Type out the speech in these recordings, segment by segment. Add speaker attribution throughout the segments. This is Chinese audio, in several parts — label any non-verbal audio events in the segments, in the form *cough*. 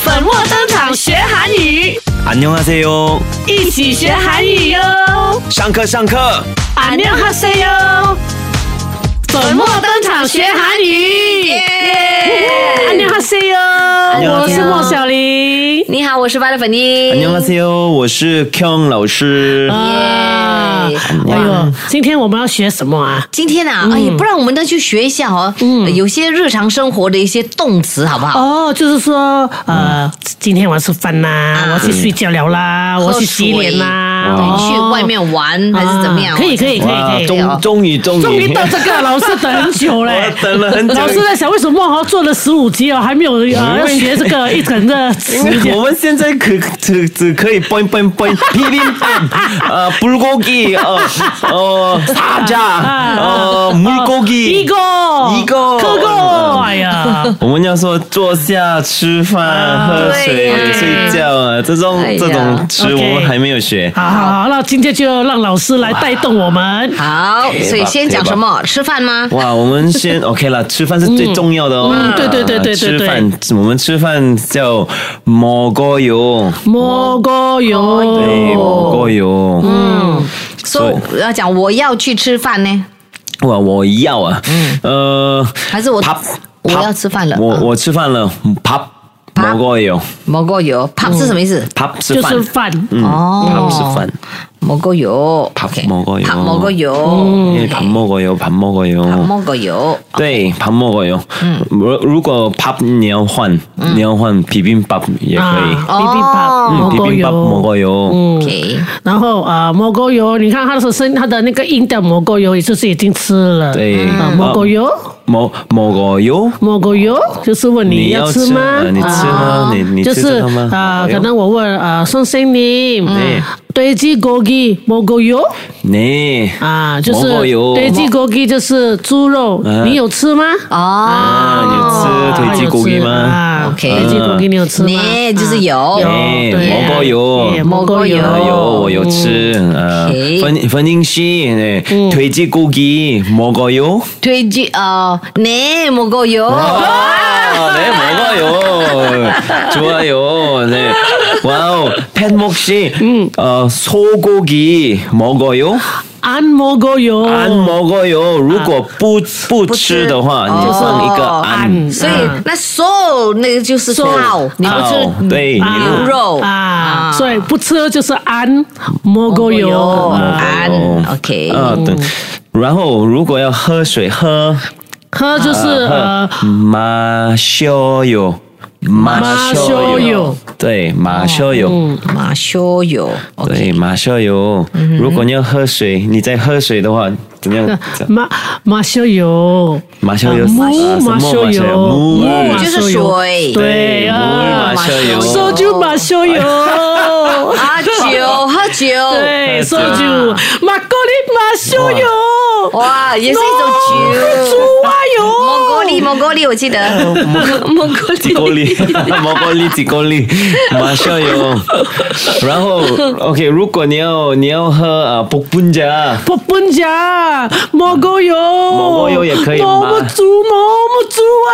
Speaker 1: 粉墨登场学韩语，
Speaker 2: 안녕하세요，
Speaker 1: 一起学韩语哟！
Speaker 2: 上课上课。
Speaker 1: 안녕하세요。粉墨登场学韩语，안녕하세요。我是莫小玲。
Speaker 3: 你好，我是巴的粉妮。
Speaker 2: 안녕하세요，我是 Kong 老师。
Speaker 1: 啊
Speaker 3: 耶
Speaker 1: 哎呦，今天我们要学什么啊？
Speaker 3: 今天啊，哎呀，不然我们再去学一下哦，有些日常生活的一些动词，好不好？
Speaker 1: 哦，就是说，呃，今天我要吃饭
Speaker 3: 啊
Speaker 1: 啦，我要去睡觉了啦，我要去洗脸啦，
Speaker 3: 对
Speaker 1: 哦
Speaker 3: 去外面玩还是怎么样？
Speaker 1: 可以可以可以可以。
Speaker 2: 终终于终于，
Speaker 1: 终于到这个，老师等很久嘞
Speaker 2: 嗯等了很久
Speaker 1: 老师在想，为什么好像做了十五集哦，还没有呃要学这个一整个时
Speaker 2: 嗯因为
Speaker 1: 间
Speaker 2: 我。们现在可只只可以 point point point 비빔밥 어불고기어어사자어물고기
Speaker 1: 一个
Speaker 2: 一个
Speaker 1: 可
Speaker 2: 嗯
Speaker 1: 个，哎呀，
Speaker 2: 我们要说坐下、吃饭、喝水、
Speaker 3: 对呀
Speaker 2: 睡觉啊，这种
Speaker 3: 哎呀
Speaker 2: 这种词
Speaker 1: OK
Speaker 2: 我们还没有学。
Speaker 1: 好好好，那今天就让老师来带动我们。
Speaker 3: 好，所以先讲什么？吃饭吗？
Speaker 2: 哇，我们先 OK 了，吃饭是最重要的哦。
Speaker 1: 嗯对对对对对对
Speaker 2: 吃饭我们吃饭叫蘑菇油，
Speaker 1: 蘑菇
Speaker 2: 对，蘑
Speaker 1: 油，
Speaker 2: 菇油。嗯，
Speaker 3: 所以要呃讲我要去吃饭呢，
Speaker 2: 哇，我要啊，呃，
Speaker 3: 还是我
Speaker 2: 啪
Speaker 3: 我
Speaker 2: 啪
Speaker 3: 要吃饭了？
Speaker 2: 我
Speaker 3: 啊
Speaker 2: 我吃饭了，啪，
Speaker 3: 啪
Speaker 2: 蘑菇油，
Speaker 3: 蘑菇油 pop 是什么意思？
Speaker 2: 啪吃
Speaker 1: 就
Speaker 2: 饭
Speaker 1: 是，饭。
Speaker 2: 嗯，
Speaker 3: 哦
Speaker 2: 啪吃饭。
Speaker 3: 蘑菇油
Speaker 2: 밥
Speaker 3: OK，
Speaker 2: 먹어요
Speaker 3: 밥 먹어요 음.
Speaker 2: 예, 밥 먹어요. 밥 먹어요.
Speaker 3: 밥 먹어요
Speaker 2: 对，밥 먹어요. 如如果 밥, 你要换，你要换 비빔밥 也嗯
Speaker 1: 아.
Speaker 2: 可以。
Speaker 1: 啊比比
Speaker 3: 哦
Speaker 1: 巴
Speaker 2: 嗯
Speaker 1: 蘑菇
Speaker 2: 비빔밥
Speaker 1: 油。
Speaker 2: 먹어요.
Speaker 3: OK，
Speaker 1: 然后啊，呃蘑菇油，你看它的声，它的那个音调，蘑菇油也就是已经吃了。
Speaker 2: 对
Speaker 1: 啊，蘑菇油，
Speaker 2: 뭐, 먹 먹어요.
Speaker 1: 蘑菇油就是问你要吃吗？啊
Speaker 2: 你吃吗？你你
Speaker 1: 就
Speaker 2: 吃
Speaker 1: 是
Speaker 2: 这个吗？
Speaker 1: 啊，
Speaker 2: 먹어요
Speaker 1: 可能我问啊，呃선생님
Speaker 2: 네，
Speaker 1: 돼지고기먹어요？
Speaker 2: 네.
Speaker 1: 啊，就是
Speaker 2: 먹어요
Speaker 1: 아, 돼지고기就是猪肉，你有吃吗？ 아,
Speaker 3: 哦，
Speaker 2: 啊，嗯你有吃돼지고 네, 기吗？嗯
Speaker 3: OK
Speaker 1: 돼지고기你有吃吗？
Speaker 3: 네就是有
Speaker 1: 有，
Speaker 2: 네
Speaker 1: 对
Speaker 2: 먹어요
Speaker 1: 예 먹어요
Speaker 3: 먹어요
Speaker 2: 有我有吃，呃，
Speaker 3: OK
Speaker 2: 粉粉英西，네
Speaker 1: 음.
Speaker 2: 돼지고기먹어요。
Speaker 3: 推荐哦，네 먹어요
Speaker 2: 啊 아, 네 먹어요. 좋아요. 네. 와우. 팬목 씨,
Speaker 1: 음.
Speaker 2: 어, 소고기 먹어요?
Speaker 1: 안먹어
Speaker 3: 哦
Speaker 1: 요
Speaker 2: 안
Speaker 3: 啊
Speaker 2: 먹어요. 如果不不吃的话，
Speaker 3: 哦，
Speaker 1: 嗯
Speaker 2: 你就放一个안。
Speaker 3: 所以那 so 那个就是
Speaker 1: So
Speaker 3: 泡，你不吃
Speaker 2: 对，
Speaker 1: 啊
Speaker 3: 牛肉
Speaker 1: 啊，所以不吃就是安蘑菇油
Speaker 2: 嗯
Speaker 1: 啊，
Speaker 3: 安 OK，
Speaker 2: 啊嗯，对。然后如果要喝水喝，
Speaker 1: 喝就是
Speaker 2: 啊
Speaker 1: 呃
Speaker 2: 마셔요.
Speaker 1: 마셔요.
Speaker 2: 对 마셔요.
Speaker 3: 马修油
Speaker 2: 对，马上油。
Speaker 3: 嗯
Speaker 2: 如果你要喝水，你在喝水的话，怎样？
Speaker 3: *laughs*
Speaker 1: 麻麻椒油，
Speaker 2: 马上油，
Speaker 1: 木
Speaker 2: 啊什么
Speaker 1: 麻椒油，
Speaker 2: 木
Speaker 1: 木
Speaker 3: 麻就是水
Speaker 1: 네,
Speaker 2: 네,
Speaker 1: 对啊
Speaker 2: 木马，上油，
Speaker 3: 麻。
Speaker 1: 烧酒麻椒油
Speaker 3: 啊酒喝酒，
Speaker 1: *laughs*
Speaker 2: 아,
Speaker 1: 对，烧酒
Speaker 2: 啊，
Speaker 1: 马格里马烧油，
Speaker 3: 哇，也是一种
Speaker 1: No，猪
Speaker 3: 酒。
Speaker 1: 蛙
Speaker 3: 蒙
Speaker 1: 油，
Speaker 3: 古力，蒙古力，我记得。
Speaker 1: *laughs* 蒙古
Speaker 2: 几公里，
Speaker 3: *laughs*
Speaker 2: 毛公里，几公里，马上油。然后，OK，如果你要你要喝啊，不分家。
Speaker 1: 不本家，蘑菇油，蘑
Speaker 2: 菇油也可以吗
Speaker 1: 蘑菇猪，蘑菇猪啊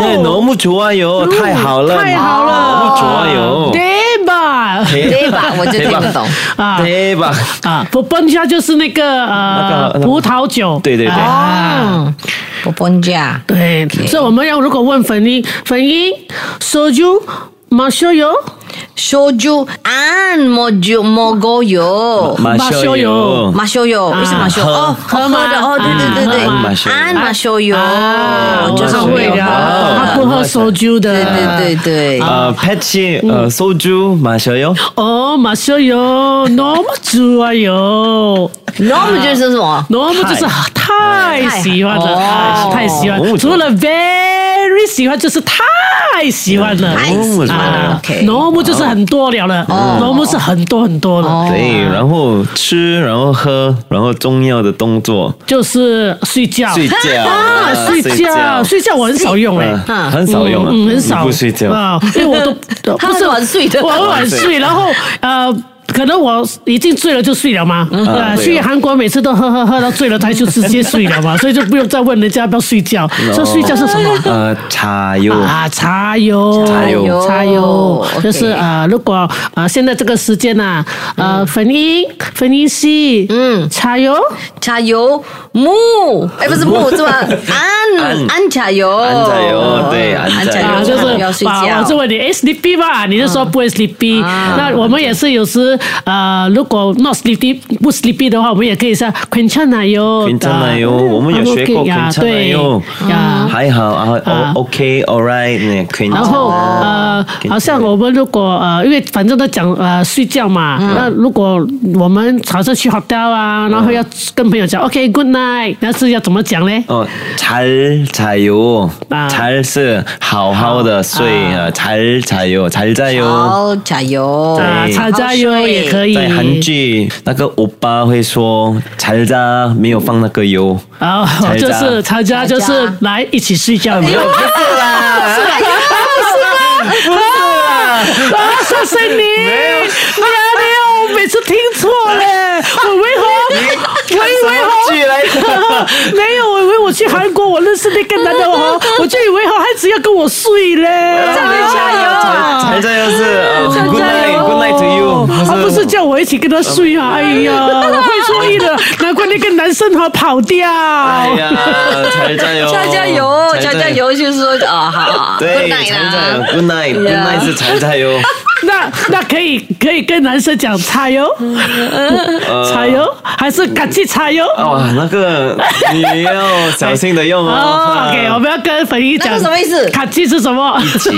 Speaker 2: 那
Speaker 1: 油，
Speaker 2: 너무좋아요，太
Speaker 1: 음,
Speaker 2: 好了，
Speaker 1: 太好
Speaker 2: 너무좋아
Speaker 1: 了，
Speaker 2: 요。
Speaker 1: 对吧？
Speaker 3: 对吧？我就听不懂。
Speaker 1: 啊
Speaker 2: 对吧？
Speaker 1: 啊，不本家就是那个
Speaker 2: 那
Speaker 1: 呃
Speaker 2: 个那个
Speaker 1: 葡萄酒，
Speaker 2: 对对对
Speaker 1: 啊
Speaker 3: 嗯，我搬家。
Speaker 1: 对，所以我们要如果问粉英，粉英，soju。马修油，
Speaker 3: 烧酒安莫酒莫高油，
Speaker 2: 马上油，
Speaker 3: 马烧油，
Speaker 1: 啊
Speaker 3: 为什么马烧？哦，喝的哦，对对对对，安马烧油，
Speaker 1: 啊
Speaker 3: 就是
Speaker 1: 他哦会的，
Speaker 2: 哦
Speaker 1: 他不喝 soju 的，
Speaker 3: 啊对对对对，
Speaker 1: 啊
Speaker 2: 呃，Patty，呃， 아, 어, 소주마셔요。
Speaker 1: 어, 마셔요. 너무 좋아요.
Speaker 3: 那
Speaker 1: 啊
Speaker 3: 么就是什么？
Speaker 1: 너무 좋아. 太喜欢了.
Speaker 3: 어.
Speaker 1: 太喜欢.
Speaker 2: 哦，
Speaker 1: 除了 very 喜欢就是太喜欢了.
Speaker 2: 太喜欢了。
Speaker 1: 啊
Speaker 3: OK。哦
Speaker 1: 너무
Speaker 2: 哦
Speaker 1: 就是很多了了. 너무 是很多很多了.
Speaker 2: 对，然后吃，然后喝，然后重要的动作
Speaker 1: 就是睡觉.
Speaker 2: 睡觉
Speaker 1: *laughs* 啊，睡觉，睡觉我很少用哎。
Speaker 2: 嗯很少用啊，
Speaker 1: 음, 嗯，很少
Speaker 2: 你不睡觉，
Speaker 3: *laughs*
Speaker 1: 啊，因为我都不
Speaker 3: 他很晚睡的
Speaker 1: 我很晚睡，然后呃。可能我已经醉了就睡了嘛。啊，去韩国每次都喝喝喝到醉了，他就直接睡了
Speaker 2: *laughs*
Speaker 1: 嘛，所以就不用再问人家要不要睡觉。说睡
Speaker 2: 어.
Speaker 1: 觉是什么？
Speaker 2: 呃，茶油
Speaker 1: 啊，茶油，
Speaker 2: 茶油
Speaker 1: 茶油
Speaker 3: OK
Speaker 1: 就是呃，如果呃现在这个时间呢，
Speaker 3: 嗯
Speaker 1: 呃，粉音粉音系，嗯，茶油，
Speaker 3: 茶油木，
Speaker 2: 아,
Speaker 3: 哎，不是木是吧？安
Speaker 2: 安
Speaker 3: 安茶油，
Speaker 2: 安茶油对安茶油
Speaker 1: 啊，
Speaker 3: 油，
Speaker 1: 就
Speaker 2: 아,
Speaker 3: 不要
Speaker 1: 是
Speaker 3: 睡
Speaker 1: 啊，
Speaker 3: 觉，
Speaker 2: 네.
Speaker 1: 我就问你，哎，sleepy 吧？你就说
Speaker 2: 嗯
Speaker 1: 不会 sleepy。那
Speaker 2: 啊
Speaker 1: 我们也是有时呃，如果 not sleepy 不 sleepy 的话，我们也可以说 q u e n c h a n a yo。
Speaker 2: 괜찮아요，
Speaker 1: 啊
Speaker 2: 我
Speaker 1: 음,
Speaker 2: 们有
Speaker 1: 嗯
Speaker 2: 学过 괜찮아요，
Speaker 1: 呀。
Speaker 2: 还好啊
Speaker 1: 啊
Speaker 2: ，O K，All right，네
Speaker 1: 然后
Speaker 2: 괜찮아。
Speaker 1: 呃，
Speaker 2: 괜찮아요
Speaker 1: 好像我们如果呃，因为反正都讲呃睡觉嘛，
Speaker 2: 嗯
Speaker 1: 那如果我们早上去 hotel 啊，然后要跟朋友讲 OK good night，但是要怎么讲嘞？
Speaker 2: 哦， 어, 잘자요，
Speaker 1: 啊
Speaker 2: 잘是好好的睡
Speaker 1: 啊
Speaker 2: 啊， 어, 잘자요，잘자요。 네,
Speaker 3: 好茶油，
Speaker 1: 啊，
Speaker 2: 对
Speaker 1: 吵架哟也可以。
Speaker 2: 在韩剧那个欧巴会说잘자，没有放那个油。
Speaker 1: 哦，
Speaker 2: 吵架
Speaker 1: 就是吵架，就
Speaker 3: 吵
Speaker 1: 是
Speaker 3: 架
Speaker 1: 来一起睡觉。
Speaker 2: 没有，不是啦， 아,
Speaker 1: 啊，谢谢你，妈的，我每次听错了，我为何？我以为何？
Speaker 2: 什么剧来
Speaker 1: *laughs*
Speaker 2: 的？
Speaker 1: 没有，我以为我去韩国，我认识那个男的哦，我就以为他一直要跟我睡嘞。
Speaker 2: 잘자 아, 요是呃 Good
Speaker 1: 加
Speaker 2: night,
Speaker 1: 油
Speaker 2: Good night to you。
Speaker 1: 啊他不是叫我一起跟他睡啊！哎呀，我会错意了，难怪那个男生还跑掉。
Speaker 2: 哎呀，잘자요，
Speaker 3: 茶加油，茶加。油，就是说啊，好好，
Speaker 2: 对，
Speaker 3: good night
Speaker 2: 잘자
Speaker 3: 啦
Speaker 2: 요 Good night, Good
Speaker 3: Yeah.
Speaker 2: night 是잘자요。
Speaker 1: 那那可以可以跟男生讲加油，加油，还是感激加油？
Speaker 2: 哇，那个你要小心的用
Speaker 1: 哦
Speaker 2: 哦。
Speaker 1: ，OK，我们要跟粉姨
Speaker 3: 那
Speaker 1: 讲
Speaker 3: 是什么意思
Speaker 1: 卡气是什么？
Speaker 2: 急。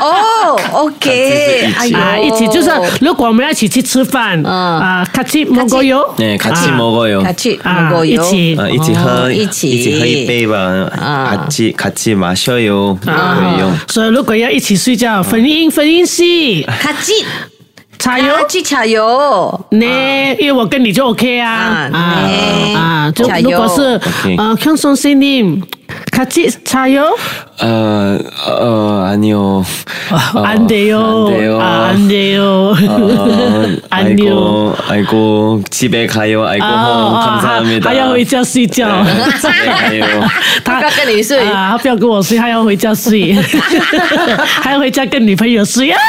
Speaker 3: 哦，OK，
Speaker 2: 어, 他只是一起
Speaker 1: 啊，一起就是
Speaker 2: 네.
Speaker 1: 如果我们要一起去吃
Speaker 3: 嗯
Speaker 1: 饭，啊，卡气哎蘑菇油，啊
Speaker 2: 네 같이
Speaker 1: 아. 어,
Speaker 2: 먹어요. 아,
Speaker 3: 去
Speaker 1: 啊
Speaker 3: 韩国
Speaker 1: 一
Speaker 3: 油，
Speaker 1: 起
Speaker 2: 呃，一起喝，
Speaker 3: 哦一起
Speaker 2: 一起喝一杯吧，같이
Speaker 1: 아.
Speaker 2: 같이 마셔요.
Speaker 1: 啊
Speaker 2: 可以用。
Speaker 1: 所以如果要一起睡觉，粉音粉音系
Speaker 3: 卡去，
Speaker 1: 茶油
Speaker 3: 卡去茶油，
Speaker 1: 呢，因为我跟你就 OK 啊
Speaker 3: 啊
Speaker 1: 啊
Speaker 3: 네
Speaker 1: 啊，就
Speaker 3: 茶油
Speaker 1: 如果是
Speaker 2: OK
Speaker 1: 呃康松森林卡气茶油 아,
Speaker 2: 어, 어, 아니요. 어,
Speaker 1: 안 돼요
Speaker 2: 안 돼요.
Speaker 1: 아, 안 돼요
Speaker 2: 어,
Speaker 1: *laughs* 안 돼요
Speaker 2: 아이고, 아이고, 집에 가요. 아이고, 홈,
Speaker 1: 哦
Speaker 2: 감사합니다.
Speaker 1: 还要回家睡 *laughs* 觉。
Speaker 2: 집에 가요.
Speaker 1: 他
Speaker 3: 不要跟你睡
Speaker 1: 啊，他不要跟我睡，他要回家
Speaker 2: *laughs*
Speaker 1: 睡，还要回家跟女朋友睡啊。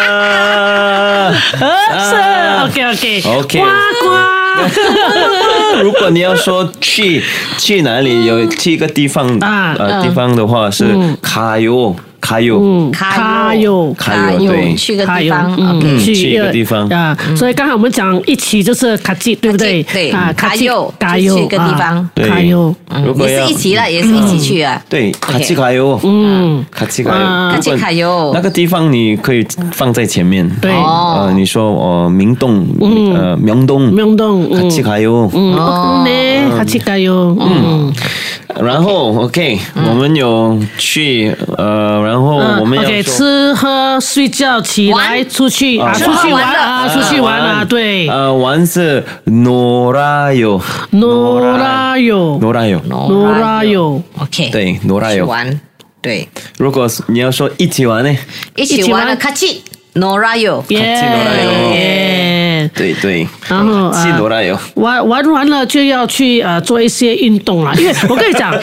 Speaker 1: *laughs*
Speaker 2: 아,
Speaker 1: 呃，是 OK OK
Speaker 2: OK
Speaker 1: 呱呱 *laughs*
Speaker 2: 如果你要说去去哪里有去一个地方，
Speaker 1: 아, 嗯
Speaker 2: 呃，地方的话是 가요, 가요.
Speaker 1: 卡油
Speaker 3: 卡
Speaker 2: 卡油对
Speaker 3: 油，去个
Speaker 1: 卡
Speaker 3: 地
Speaker 1: 油
Speaker 3: 方
Speaker 1: 嗯
Speaker 3: ，OK，嗯
Speaker 2: 去一个地方
Speaker 1: 啊。所以刚才我们讲一起就是卡吉，对不对？
Speaker 3: 卡吉
Speaker 1: 啊，
Speaker 3: 对
Speaker 1: 卡吉
Speaker 3: 卡油
Speaker 1: 卡
Speaker 3: 就
Speaker 1: 油
Speaker 3: 是一个地方
Speaker 1: 啊卡嗯油。
Speaker 3: 也是一起啦，也是一起去啊，
Speaker 2: 嗯对，卡奇卡油，嗯，卡奇卡油，
Speaker 1: 嗯
Speaker 3: 卡奇卡油
Speaker 2: 那个地方你可以放在前面。
Speaker 1: 对嗯
Speaker 3: 哦
Speaker 2: 呃，你说呃，明洞，呃，明洞，
Speaker 1: 明洞嗯
Speaker 2: 卡奇卡油，
Speaker 1: 嗯，
Speaker 3: 哦
Speaker 1: 呢，卡吉卡油。嗯，
Speaker 2: 然后 OK，我们有去呃，然后我们要
Speaker 1: 啊 OK
Speaker 2: 说
Speaker 1: 吃喝睡觉起来
Speaker 3: 玩
Speaker 1: 出去啊，
Speaker 2: 吃
Speaker 1: 出
Speaker 2: 喝
Speaker 1: 去玩
Speaker 3: 玩乐
Speaker 1: 啊，出去玩啊，对。嗯
Speaker 2: 呃，玩是놀아요，
Speaker 1: 놀아요
Speaker 2: 놀아요。
Speaker 3: 哦
Speaker 1: 놀아요
Speaker 3: ，OK，
Speaker 2: 对，놀아요。
Speaker 3: 玩，对，
Speaker 2: 如果是你要说一起玩呢？
Speaker 3: 一起玩啊了，
Speaker 1: 一起玩
Speaker 3: 卡去，诺拉油，
Speaker 2: 같이놀아요
Speaker 1: 耶！
Speaker 2: 对对，
Speaker 1: 然后
Speaker 2: 같이놀아요。
Speaker 1: 玩玩完了就要去呃做一些运动了，因为我跟你
Speaker 3: *laughs*
Speaker 1: 讲，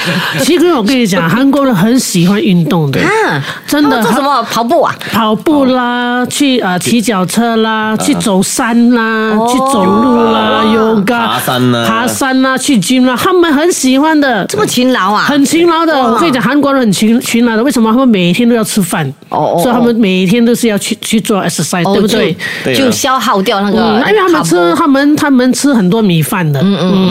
Speaker 1: 其实我跟你讲，韩国人很喜欢运动的，
Speaker 3: 啊，
Speaker 1: 真
Speaker 3: 他
Speaker 1: 的
Speaker 3: 们做什么跑步啊？
Speaker 1: 跑步
Speaker 3: 哦
Speaker 1: 啦，去呃骑脚车
Speaker 3: 呃
Speaker 1: 啦，去走山啦，
Speaker 3: 哦
Speaker 1: 去走路啦，yoga，
Speaker 2: 爬山啦
Speaker 1: 爬山啦，去 gym 啦，他们很喜欢的，
Speaker 3: 这么勤劳啊？
Speaker 1: 很勤劳的，我跟你讲，韩国人很勤勤劳的，为什么他们每天都要吃饭？
Speaker 3: 哦哦
Speaker 1: 所以他们每天都是要去去做 exercise，、
Speaker 3: 哦
Speaker 1: 对不对？
Speaker 2: 对啊
Speaker 3: 就
Speaker 2: 了
Speaker 3: 就消耗掉那
Speaker 1: 嗯
Speaker 3: 个，，
Speaker 1: 因为他们吃他们他们吃很多米饭的，嗯嗯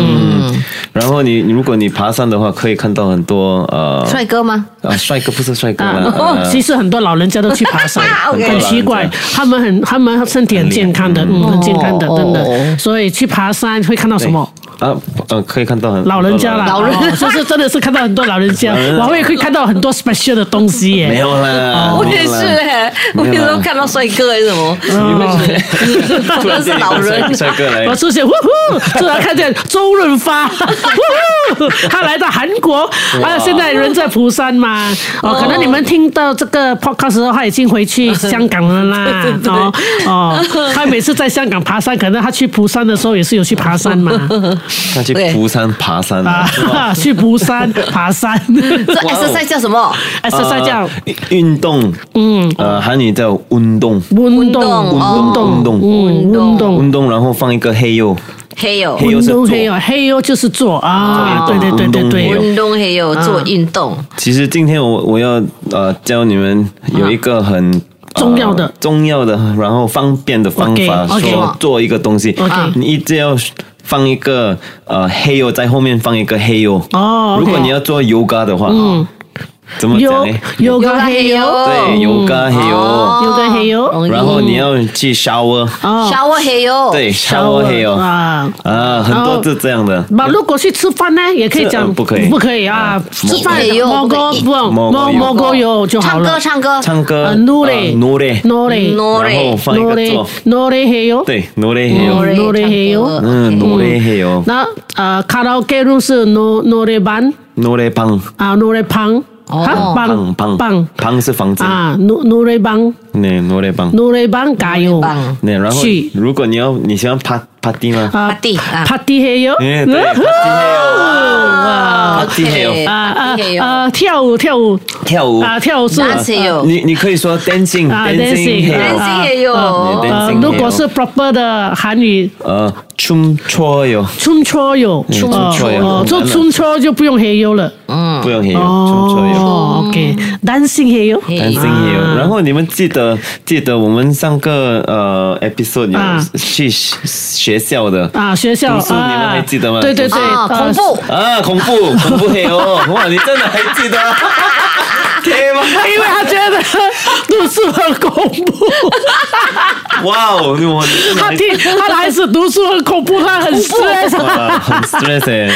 Speaker 2: 음. 然后你你如果你爬山的话，可以看到很多呃
Speaker 3: 帅哥吗？
Speaker 2: 啊，帅哥不是帅哥
Speaker 1: 아，
Speaker 2: 啦，
Speaker 1: 哦，
Speaker 2: 呃
Speaker 1: 其实很多老人家都去爬 *laughs* 山，
Speaker 3: OK
Speaker 1: 很奇怪，他们很他们身体很健康的，嗯，很健康的，真
Speaker 3: 哦哦
Speaker 1: 的，所以去爬山会看到什么？
Speaker 2: 啊，嗯， 어， 可以看到很
Speaker 1: 老人家啦，
Speaker 3: 老人
Speaker 1: 哦就是真的是看到很多 *laughs* 老人家，我也可以看到很多 special 的东西
Speaker 2: 没
Speaker 1: 耶。
Speaker 2: 有啦，
Speaker 3: 我
Speaker 2: 哦没有
Speaker 3: 也是
Speaker 2: 啦
Speaker 3: 哎，我
Speaker 2: 没有
Speaker 3: 有时
Speaker 2: 啦哦
Speaker 3: 候看到帅哥还是什么，
Speaker 2: 어。
Speaker 1: *laughs*
Speaker 2: 突然
Speaker 3: 真
Speaker 2: 间 *laughs*
Speaker 3: 是老人
Speaker 2: 有帅哥来
Speaker 1: 我，出现，呜呼！突然看见周润发，呜呼！他来到韩国，还有现在人在釜山嘛。哦，可能你们听到这个 podcast 的时候，他已经回去香港了啦。哦哦，他每次在香港爬山，可能他去釜山的时候也是有去爬山嘛。
Speaker 2: 他去
Speaker 3: 对
Speaker 2: 釜山爬山 *laughs* 了
Speaker 1: 啊，去釜山爬山。
Speaker 3: 这 exercise 叫什么？
Speaker 1: 哎，是在叫
Speaker 2: 呃运动，嗯，呃，韩语叫运动，
Speaker 1: 运动，
Speaker 3: 运
Speaker 1: 运动，
Speaker 2: 动
Speaker 1: 嗯，
Speaker 3: 运动
Speaker 1: 运动。
Speaker 2: 运动，然后放一个黑柚，
Speaker 3: 黑友，
Speaker 2: 黑柚
Speaker 1: 运
Speaker 2: 是
Speaker 1: 动
Speaker 2: 做
Speaker 1: 黑油，黑油就是做啊，
Speaker 3: 做
Speaker 1: 对
Speaker 3: 运
Speaker 1: 对对
Speaker 3: 动
Speaker 1: 对
Speaker 2: 运
Speaker 1: 对
Speaker 2: 动。
Speaker 3: 运动黑
Speaker 1: 啊
Speaker 3: 友做运动，
Speaker 2: 其实今天我我要呃教你们有一个很、呃
Speaker 1: 啊重要的
Speaker 2: 重要的，然后方便的方法
Speaker 1: OK，OK
Speaker 2: 说做一个东西
Speaker 1: OK
Speaker 2: 你一定要放一个呃黑油在后面放一个黑油。
Speaker 1: 哦，OK 嗯
Speaker 2: 如果你要做 yoga 的话，怎么讲
Speaker 1: 有
Speaker 2: 呢？
Speaker 1: 有个黑
Speaker 3: 有
Speaker 1: 油，
Speaker 3: 个
Speaker 2: 对，yoga
Speaker 1: 哦
Speaker 2: 黑
Speaker 3: 哦
Speaker 2: 油，
Speaker 1: 有个黑油，
Speaker 3: 容易
Speaker 2: 然后你要去 shower，
Speaker 1: 哦，
Speaker 3: 小我黑友，
Speaker 2: 对，shower 黑油
Speaker 1: 啊。哦
Speaker 2: 啊，很多是这样的。
Speaker 1: 那啊如果去吃饭呢，也可以
Speaker 2: 吃
Speaker 1: 讲
Speaker 2: 嗯不可以
Speaker 1: 不可以啊！吃饭
Speaker 3: 不可以
Speaker 1: 蘑菇
Speaker 3: 不可以
Speaker 1: 不
Speaker 2: 蘑菇
Speaker 1: 蘑蘑菇油就好
Speaker 3: 哦唱嗯歌
Speaker 1: 了。
Speaker 3: 唱歌，
Speaker 2: 唱歌，
Speaker 1: 啊
Speaker 2: 努
Speaker 1: 努
Speaker 2: 力
Speaker 1: 力
Speaker 2: 努力，
Speaker 1: no 嘞
Speaker 3: 努力
Speaker 2: 然后放一
Speaker 1: ，no
Speaker 2: 个
Speaker 1: 嘞
Speaker 2: 做，
Speaker 1: ，no 嘞黑油。
Speaker 2: 对，努力黑油，
Speaker 1: 嗯
Speaker 3: 努力唱歌
Speaker 2: 嗯，努力黑油，
Speaker 1: 那呃，卡拉 OK room 是 no no 嘞班
Speaker 2: 努力棒。
Speaker 1: 啊，no 嘞旁
Speaker 3: 哦
Speaker 1: 啊帮
Speaker 2: 棒棒
Speaker 1: 帮
Speaker 2: 棒是房子，
Speaker 1: 啊，no no 嘞帮
Speaker 2: 那努力棒。
Speaker 1: no 嘞帮加油。
Speaker 3: 棒
Speaker 2: 那然后
Speaker 1: 去
Speaker 2: 如果你要你喜欢爬爬地吗？
Speaker 1: 啊
Speaker 3: 阿弟啊，
Speaker 1: ，party 黑油。
Speaker 2: 哎，对，爬地还有，爬地还有
Speaker 1: 啊啊
Speaker 3: 黑友，
Speaker 1: 啊！跳舞跳舞
Speaker 2: 跳舞。
Speaker 1: 啊，跳舞是。
Speaker 3: 男生有，
Speaker 2: 你你可以说 dancing
Speaker 1: 啊
Speaker 2: dancing 还
Speaker 1: ，dancing，啊
Speaker 2: 有
Speaker 3: 男生也有，
Speaker 2: 对
Speaker 1: 呃，
Speaker 2: dancing
Speaker 1: 如果是 proper 的韩语，
Speaker 2: 呃춤춰요，
Speaker 1: 春秋有，
Speaker 2: 춤춰요
Speaker 1: 哦，做春秋就不用黑油了。
Speaker 2: 不用해요춤춰요。
Speaker 1: 哦，OK，男性黑油，
Speaker 2: 担心也有。然后你们记得记得我们上个呃 episode
Speaker 1: 啊
Speaker 2: 有去学校的
Speaker 1: 啊，学校
Speaker 2: 读书你们
Speaker 1: 啊
Speaker 2: 还记得吗
Speaker 1: 对对对，
Speaker 3: 啊，
Speaker 1: 呃
Speaker 3: 恐怖，
Speaker 2: 啊，恐怖恐怖黑哦！哇，你真的还记 *laughs* 得？天吗？
Speaker 1: 因为他觉得读书很恐怖，
Speaker 2: 哇哦，你我 *laughs* 你真的
Speaker 1: 他
Speaker 2: 还
Speaker 1: 听他还是读书很恐怖，他很 stress，
Speaker 2: 哇，很 stress 哎、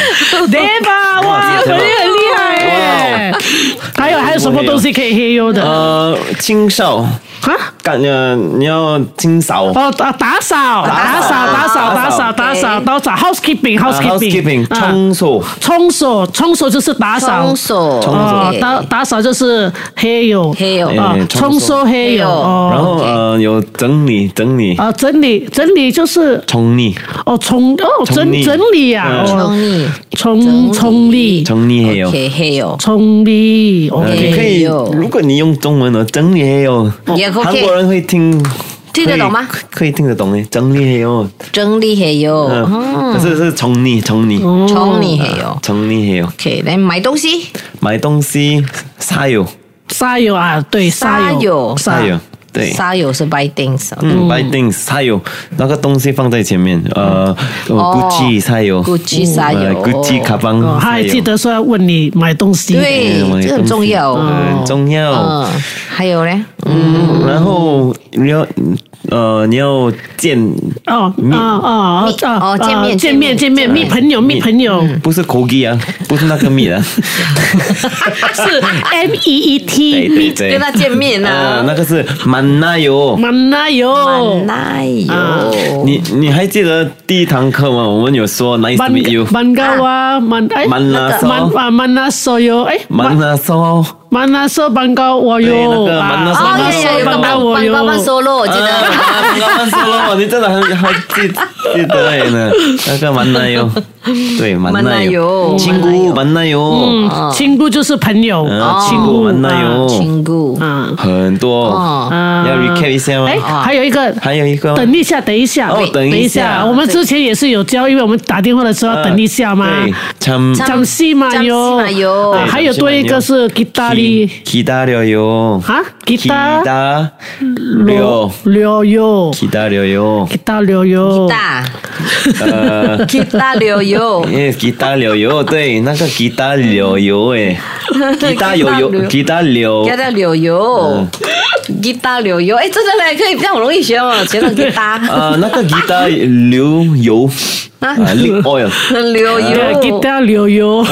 Speaker 1: 对吧？哇，
Speaker 2: 哇
Speaker 1: 很厉害耶！还有还有什么东西可以黑油的啊？
Speaker 2: 呃，清扫，感呃你要清扫。
Speaker 1: 哦啊，打扫，打
Speaker 2: 打
Speaker 1: 扫，
Speaker 2: 扫
Speaker 1: 打扫，打
Speaker 2: 打
Speaker 1: 扫，
Speaker 2: 扫
Speaker 1: 打扫，
Speaker 3: OK
Speaker 1: 打扫
Speaker 2: 啊
Speaker 1: ，housekeeping，housekeeping，
Speaker 2: housekeeping
Speaker 1: 啊
Speaker 2: 冲扫，
Speaker 1: 冲手，冲手就是打扫
Speaker 3: 双。手，
Speaker 2: 冲
Speaker 1: 哦，
Speaker 3: 对
Speaker 1: 打打扫就是黑油，
Speaker 3: 黑油
Speaker 1: 啊，
Speaker 2: 哎
Speaker 1: 冲
Speaker 2: 冲
Speaker 1: 手
Speaker 2: 手
Speaker 1: 黑油，
Speaker 3: 黑油
Speaker 1: 哦，
Speaker 2: 然后
Speaker 3: OK
Speaker 2: 呃有整理整理，
Speaker 1: 啊，整理整理就是
Speaker 2: 冲理
Speaker 1: 哦，冲哦，整
Speaker 2: 冲力
Speaker 1: 整理呀，
Speaker 2: 嗯
Speaker 1: 哦
Speaker 3: 冲力
Speaker 1: 冲冲力，
Speaker 2: 整理还有。
Speaker 3: ，OK，黑友，
Speaker 1: 冲力
Speaker 2: 你可
Speaker 1: ，OK，
Speaker 2: 以，
Speaker 3: 哎呦
Speaker 2: 如果你用中文哦，整理黑哦，
Speaker 3: 也 OK
Speaker 2: 韩国人会听，
Speaker 3: 听得懂吗
Speaker 2: 可以？可以听得懂诶，整理黑哦，
Speaker 3: 整理黑友，
Speaker 2: 어, 네. 嗯，可是是宠你宠你
Speaker 3: 冲理黑友。
Speaker 2: 宠你黑哦，
Speaker 3: OK，来买东西，
Speaker 2: 买东西撒油
Speaker 1: 沙油啊，对，沙油，哦
Speaker 3: 沙
Speaker 2: 撒油，对。
Speaker 3: 沙友是 buy things，
Speaker 2: 嗯，buy things，它有那个东西放在前面，呃
Speaker 3: 哦
Speaker 2: ，Gucci 它有
Speaker 3: Gucci 沙
Speaker 2: 呃
Speaker 3: 友
Speaker 2: ，Gucci 卡邦，
Speaker 1: 哦，他
Speaker 2: 还
Speaker 1: 还记得说要问你买东西，
Speaker 2: 嗯
Speaker 3: 对，哎这很重要。
Speaker 2: 很重要。
Speaker 3: 嗯，还有嘞，
Speaker 2: 嗯，然后你要呃，你要见
Speaker 1: 哦，啊啊啊啊
Speaker 3: 哦见面
Speaker 1: 见面见
Speaker 3: 见面
Speaker 1: 面密朋友密朋友
Speaker 2: 不是 Kogi 啊，不是那个米
Speaker 3: *laughs*
Speaker 2: 啊，
Speaker 1: 是 M E E
Speaker 2: 对
Speaker 1: T
Speaker 2: 对
Speaker 1: 密
Speaker 2: 对，
Speaker 3: 跟他见面
Speaker 2: 呃，
Speaker 3: 啊，
Speaker 2: 那个是曼那油。
Speaker 1: 满那油，
Speaker 3: 那
Speaker 1: 啊
Speaker 3: 有
Speaker 2: 你你还记得第一堂课吗？我们有说 nice to
Speaker 1: 曼
Speaker 2: meet you，
Speaker 1: 曼高啊，曼哎，
Speaker 2: 曼拉
Speaker 1: 那个
Speaker 2: 索
Speaker 1: 曼啊曼那所有哎，
Speaker 2: 曼那说，
Speaker 1: 曼那索曼高我
Speaker 2: 对那
Speaker 1: 有
Speaker 2: 个曼那索
Speaker 3: 哦，
Speaker 2: 曼
Speaker 3: 有
Speaker 2: 那
Speaker 3: 有有个
Speaker 1: 曼高
Speaker 3: 慢
Speaker 1: 我
Speaker 3: 慢
Speaker 1: 有
Speaker 3: 慢，慢 solo，我记
Speaker 2: 아.
Speaker 3: 得。
Speaker 2: 啊，慢慢说咯，你真的很还记记得哎呢，那个曼那油，对曼那油，亲姑曼那油，
Speaker 1: 嗯，亲姑就是朋友，
Speaker 2: 啊
Speaker 1: 亲
Speaker 2: 亲姑
Speaker 1: 姑
Speaker 2: 曼那
Speaker 1: 啊
Speaker 2: 油，
Speaker 3: 亲姑，
Speaker 1: 啊
Speaker 2: 很多，
Speaker 1: 啊
Speaker 2: 要 recap 一下吗？
Speaker 1: 哎，还有一个，
Speaker 2: 还有一个吗
Speaker 1: 等一下，等一下，
Speaker 2: 哦等一下
Speaker 1: 我们之前也是有教，因为我们打电话的时候
Speaker 2: 아,
Speaker 1: 要等一下嘛。
Speaker 2: 对，참
Speaker 3: 잠
Speaker 1: 잠시만요，
Speaker 3: 잠시만요
Speaker 1: 啊还有多一个是吉他里
Speaker 2: 기- 아, 기다려요. 뭐?
Speaker 1: 啊，吉他
Speaker 2: 기다려.
Speaker 1: 六哟，
Speaker 2: 기다려요. 아,
Speaker 1: 吉他六哟，
Speaker 3: 大，给大流油，
Speaker 2: 예, 기다려요. 对,那个 기다려요. 예. 기다려요. 기다려.
Speaker 3: 给大流油，吉他流油，哎，真的嘞，可以这样容易学哦，学上吉他，
Speaker 2: 呃，那个吉他流油
Speaker 3: 啊
Speaker 2: 啊，lip 아, oil。 아,
Speaker 3: 流
Speaker 1: 对
Speaker 3: 油，
Speaker 1: ，guitar 柳油，
Speaker 2: 啊，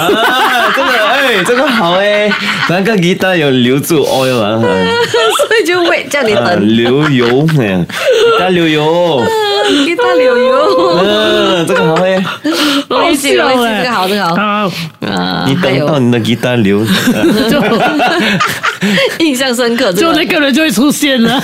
Speaker 2: 这个哎，这个好哎，那个吉他有留住 oil 아, 啊，
Speaker 3: 所以就会叫你
Speaker 2: 啊
Speaker 3: 等
Speaker 2: 流油哎，吉他流油，
Speaker 3: 吉他流油，
Speaker 2: 嗯，这个好哎，
Speaker 3: 容易记，容易记，
Speaker 1: 哎
Speaker 3: 这个好，这个好，
Speaker 1: 好，
Speaker 3: 啊
Speaker 2: 你
Speaker 3: 还
Speaker 2: 等到
Speaker 3: 有
Speaker 2: 你的吉他流，呃
Speaker 1: 就 *laughs*
Speaker 3: 印象深刻，这
Speaker 1: 就那
Speaker 3: 个
Speaker 1: 个人就会出现了，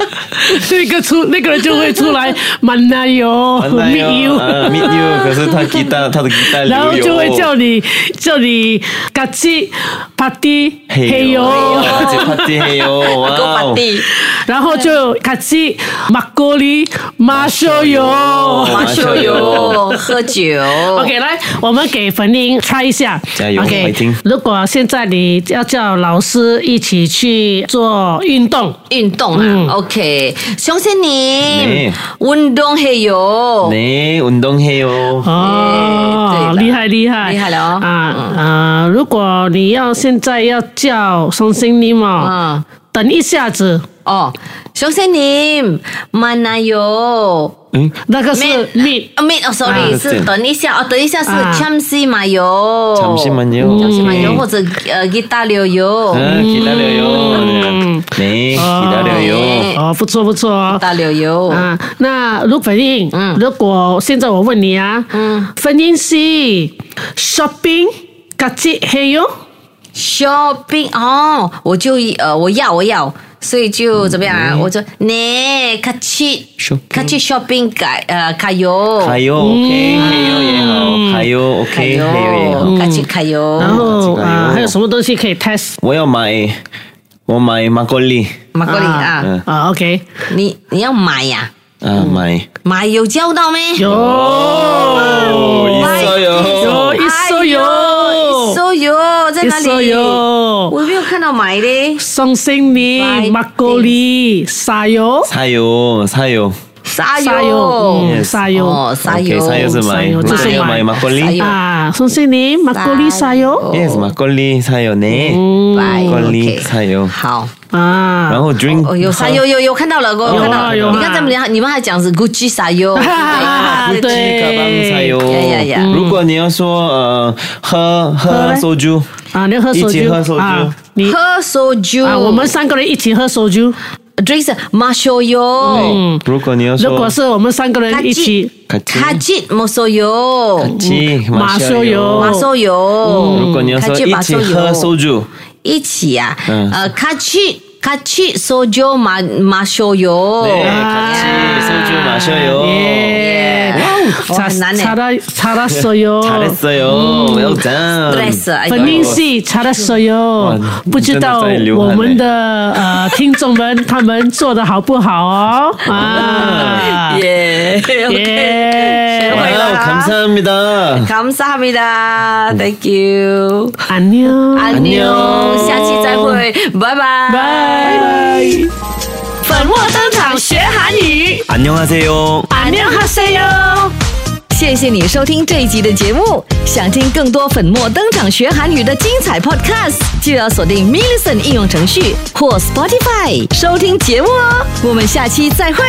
Speaker 1: *laughs* 那个出那个人就会出来 m a n a y o
Speaker 2: 完
Speaker 1: m
Speaker 2: 蛋
Speaker 1: e
Speaker 2: 哟
Speaker 1: e you，
Speaker 2: 啊 아, meet you，可是他吉他他的吉他
Speaker 1: 然后
Speaker 2: 流油，
Speaker 1: 就会叫你叫你嘎叽啪叽嘿
Speaker 2: 嘿哟
Speaker 1: 哟，，
Speaker 2: 这怕这嘿哟，哇
Speaker 3: 够把
Speaker 2: 哦。
Speaker 3: 地，
Speaker 1: 然后就嘎叽马锅里马修哟。
Speaker 3: 麻秀油，喝酒
Speaker 1: OK，来，我们给冯玲 try 一下。
Speaker 2: 加油
Speaker 1: OK，
Speaker 2: 我会听
Speaker 1: 如果现在你要叫老师一起去做运动，
Speaker 3: 运动啊，OK，相信你
Speaker 2: 네 ，
Speaker 3: 运动还有。
Speaker 2: 你运动嘿哟，
Speaker 3: 어.
Speaker 1: 哦，
Speaker 3: 对了
Speaker 1: 厉害厉害
Speaker 3: 厉害了哦
Speaker 1: 啊啊！如果你要现在要叫松心你嘛，
Speaker 3: 嗯，
Speaker 1: 等一下子，
Speaker 3: 哦，相信你，慢哪有？
Speaker 2: 嗯，
Speaker 1: 那个是 meet
Speaker 3: 啊 meet 哦，sorry，
Speaker 2: 啊
Speaker 3: 是等一下哦，等一下是
Speaker 1: 啊嗯
Speaker 3: chamsi 麻油，
Speaker 2: 잠시만요
Speaker 3: 음.
Speaker 2: 네.
Speaker 3: 잠시만요或者呃 guitar 流油，
Speaker 2: 아, 기다려요. 네, 기다려요.
Speaker 1: 哦，不错不错哦
Speaker 3: guitar 流油，
Speaker 1: 啊。那如反应，
Speaker 3: 嗯
Speaker 1: 如果现在我问你啊，嗯，反应是 shopping，嘎叽嘿哟，
Speaker 2: 哦
Speaker 3: shopping 哦，我就呃我要我要，所以
Speaker 2: 嗯
Speaker 3: 就怎么样啊？我就你卡去
Speaker 2: 쇼핑.
Speaker 3: 卡去 shopping 改呃卡油
Speaker 2: 가요, 오케이, 해요, 예요. 어, 가요, 오케이, 해요, 예요. 어.
Speaker 3: 卡去卡油，
Speaker 1: 嗯然后
Speaker 2: 嘎叽
Speaker 1: 啊
Speaker 2: 哎，呦
Speaker 1: 还有什么东西可以 test？
Speaker 2: 我要买,我买 막걸리.
Speaker 3: 马格里啊，
Speaker 2: 嗯
Speaker 1: 啊，OK，
Speaker 3: 你你要买呀？
Speaker 2: 아, 말.
Speaker 3: 买有教到没？
Speaker 1: 有，
Speaker 2: 哦 있어요.
Speaker 1: 有一手有，
Speaker 3: 收油在哪里？
Speaker 1: 一手有
Speaker 3: 我没有看到买的。
Speaker 1: 送心你
Speaker 3: Right.
Speaker 1: 马格里沙油，
Speaker 2: 사요, 사요.
Speaker 3: 沙
Speaker 1: 沙油，
Speaker 3: 油，
Speaker 1: 嗯
Speaker 2: 음, Yes. 어,
Speaker 1: 沙
Speaker 3: 哦，
Speaker 1: 油
Speaker 3: 沙
Speaker 2: 오케이,
Speaker 3: 油，
Speaker 2: 사요에서 말.
Speaker 1: 사요.
Speaker 2: 맞아요,
Speaker 1: 사요.
Speaker 2: 말, 막걸리.
Speaker 3: 沙油。
Speaker 1: 啊，送心你马格里沙油
Speaker 2: Yes, 막걸리 사요, 네.
Speaker 3: 白
Speaker 2: 막걸리 사요.
Speaker 3: 好，
Speaker 1: 啊，
Speaker 2: 然后 drink.
Speaker 3: 哦，有沙油，有有看到了，我
Speaker 1: 有啊
Speaker 3: 看到了。
Speaker 1: 有啊
Speaker 3: 你看他们俩，你们还讲是 Gucci 沙油，
Speaker 1: 啊
Speaker 2: 찌 가방
Speaker 1: 对，
Speaker 2: 사요. 음.
Speaker 3: 야, 야, 야.
Speaker 2: 如果你要说呃喝喝
Speaker 1: 喝嘞？
Speaker 2: 어, 소주.
Speaker 1: 啊，你喝
Speaker 2: 一
Speaker 1: 手
Speaker 2: 起
Speaker 1: 酒
Speaker 2: 喝手
Speaker 1: 啊
Speaker 2: 酒，
Speaker 1: 你
Speaker 3: 喝烧酒。
Speaker 1: 啊，我们三个人一起喝手酒。
Speaker 3: drink 是马烧油，
Speaker 2: 如果你要说
Speaker 1: 如果是我们三个人一起，
Speaker 3: 卡吉莫烧油，
Speaker 2: 같이
Speaker 1: 마셔요.
Speaker 2: 마셔요.
Speaker 3: 马烧
Speaker 2: 음.
Speaker 3: 油。卡吉马烧油
Speaker 2: *laughs* 如果你要说一起喝소주， 어.
Speaker 3: 一起啊，
Speaker 2: 嗯
Speaker 3: 呃，卡去卡去烧酒麻麻烧油，
Speaker 2: 네, 같이 소주 마셔요.
Speaker 1: 아,
Speaker 2: 어,
Speaker 1: 예.
Speaker 3: 와우,
Speaker 1: 자,
Speaker 3: 와, 나네.
Speaker 1: 잘하- 잘했어요.
Speaker 2: *laughs* 잘했어요. 역장.
Speaker 3: stress 哎
Speaker 1: 粉
Speaker 3: 呦
Speaker 1: 林是查的所有
Speaker 2: 哇，
Speaker 1: 不知道
Speaker 2: 真的在流
Speaker 1: 我
Speaker 2: 汗
Speaker 1: 们的呃听众们他们做的好不好哦
Speaker 2: 아.
Speaker 1: 啊
Speaker 3: 예. 耶，OK，
Speaker 1: 예. 耶
Speaker 3: *laughs* 정말.
Speaker 2: 와우, 감사합니다.
Speaker 3: 감사합니다. Thank you.
Speaker 1: 안녕
Speaker 3: 安妞，下期再会，拜拜。
Speaker 1: 拜拜
Speaker 3: 粉墨登场学韩语，
Speaker 2: 안녕하세요.
Speaker 1: 안녕하세요
Speaker 3: 谢谢你收听这一集的节目。想听更多粉墨登场学韩语的精彩 podcast，就要锁定 m i l l i c e n t 应用程序或 Spotify 收听节目哦。我们下期再会。